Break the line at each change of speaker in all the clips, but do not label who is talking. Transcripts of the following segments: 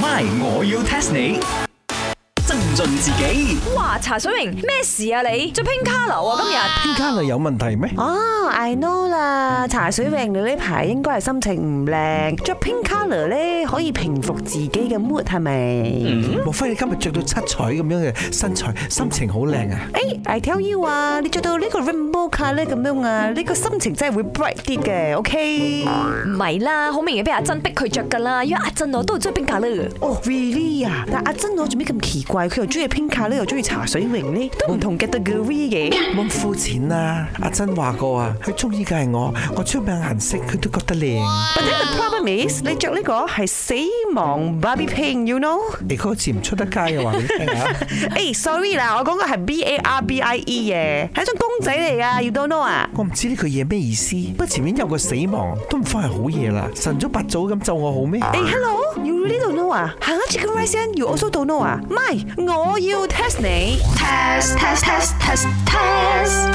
My，我要 test 你。增進自己
哇！茶水榮咩事啊你？着 pink colour 啊今日。
邊間係有問題咩？
哦，I know 啦，茶水榮你呢排應該係心情唔靚，着 pink colour 咧可以平復自己嘅 mood 係咪？
嗯
莫非你今日着到七彩咁樣嘅身材，心情好靚啊？
誒，I tell you 啊，你着到呢個 rainbow colour 咁樣啊，呢個心情真係會 bright 啲嘅，OK？
唔係啦，好明顯俾阿珍逼佢着噶啦，因為阿珍我都係追冰格啦，
哦，really 啊？但阿珍我做咩咁奇怪？佢又中意 pink colour 又中意茶水榮呢，都唔同 category 嘅。
冇咁膚淺啦！阿珍話過啊，佢中意嘅係我，我出名顏色佢都覺得靚。
But then the problem is，你着呢個係死亡 Barbie pink，you know？
你嗰個字唔出得街嘅話，你聽 下。
誒，sorry 啦，我講嘅係 B A R B I E 嘅，係一種公仔嚟噶，you don't know 啊？
我唔知呢句嘢咩意思，不過前面有個死亡，都唔翻係好嘢啦。晨早八早咁咒我好咩？
哎
誒，hello，you really don't know à? 啊？行啊，Chicken Rice and you also don't know à? 啊？唔係，我要 test 你。
test test test test test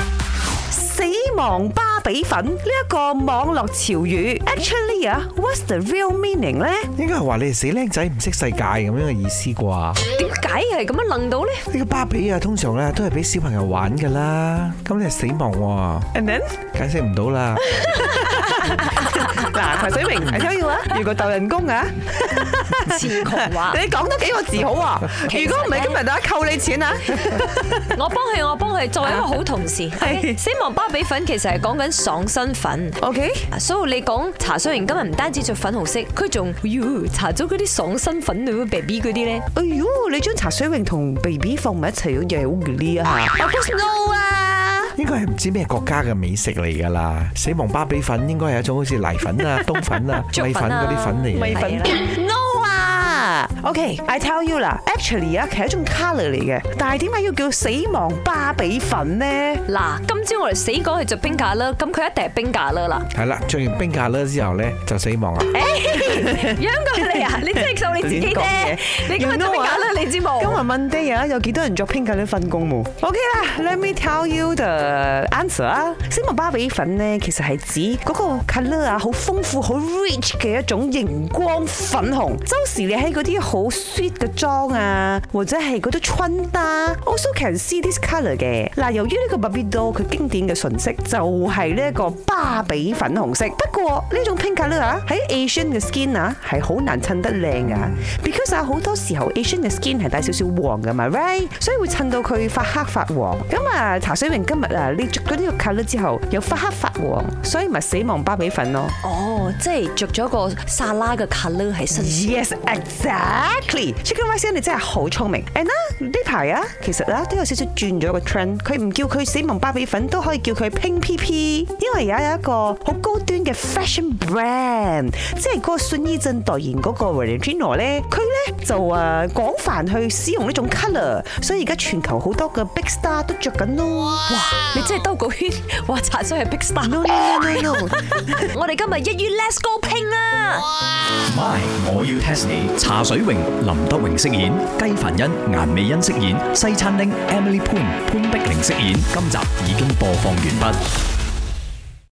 死亡芭比粉呢一個網絡潮語，actually 啊，what's the real meaning 咧？
應該係話你係死僆仔唔識世界咁樣嘅意思啩？
點解係咁樣楞 到呢？
呢個芭比啊，通常咧都係俾小朋友玩噶啦，咁你係死亡
And then
喎，解釋唔 到啦。
嗱，陳水明，I tell you 啊，如果鬥人工啊，
詞窮話，
你講多幾個字好啊？如果唔係今日大家扣你錢啊！
我幫佢，我幫佢，作為一個好同事。OK，死亡芭比粉其實係講緊爽身粉。
OK，
所以你講茶水榮今日唔單止着粉紅色，佢仲要搽咗嗰啲爽身粉女 baby 嗰啲咧。
哎喲，你將茶水泳同 BB 放埋一齊，又係好 g 啊
Of course no
à.
啊！
應該係唔知咩國家嘅美食嚟㗎啦。死亡芭比粉應該係一種好似泥粉啊、冬粉啊、
粥
米粉
粉啊
嗰啲粉嚟
米
嘅。
粉！No 啊！OK，I tell you 啦，actually 啊，其實係一種 colour 嚟嘅，但係點解要叫死亡芭比粉呢？
嗱，今朝我哋死講係着冰架啦，咁佢一定係冰架啦 啦。
係啦，着完冰架啦之後咧就死亡啦。
養過你啊！你真係做你自己
亂講嘢啊
啫，你今日做咩假啦？你知冇？
今日 Monday 啊，有幾多人作偏緊呢份工冇？OK 啦，Let me tell you the answer 啊。死亡芭比粉呢，其實係指嗰個 colour 啊，好豐富、好 rich 嘅一種熒光粉紅。周時你喺嗰啲好 sweet 嘅妝啊，或者係嗰啲春搭，also can see this colour 嘅。嗱，由於呢個 Barbie doll 佢經典嘅唇色就係呢一個芭比粉紅色。不過呢種 pink colour 啊，喺 Asian 嘅 skin 啊係好難襯得靚噶，because 啊好多時候 Asian 嘅 skin 係帶少少黃噶嘛，right？所以會襯到佢發黑發黃。咁啊，茶水榮今日啊，你着咗呢個 colour 之後又發黑發黃，所以咪死亡芭比粉咯。
哦，即係着咗個沙拉嘅 colour 喺身上。
Yes, exactly. Chicken Rice 你真係好聰明。And 啦呢排啊，其實啦都有少少轉咗個 trend，佢唔叫佢死亡芭比粉，都可以叫佢 Pink PP，因為而家有一個好高端嘅 fashion brand，即係嗰個孫伊珍代言嗰個 Valentino 咧，佢咧就誒廣泛去使用呢種 colour，所以而家全球好多嘅 big star 都着緊咯。
你真係兜個圈，哇！茶水係 big star。
No no no no no。
我哋今日一於 Let's Go Pink 啊啦！
，My，我要 test 你。茶水榮、林德榮飾演，雞凡欣、顏美欣飾演，西餐廳 Emily Poon 潘碧玲飾演。今集已經播放完畢。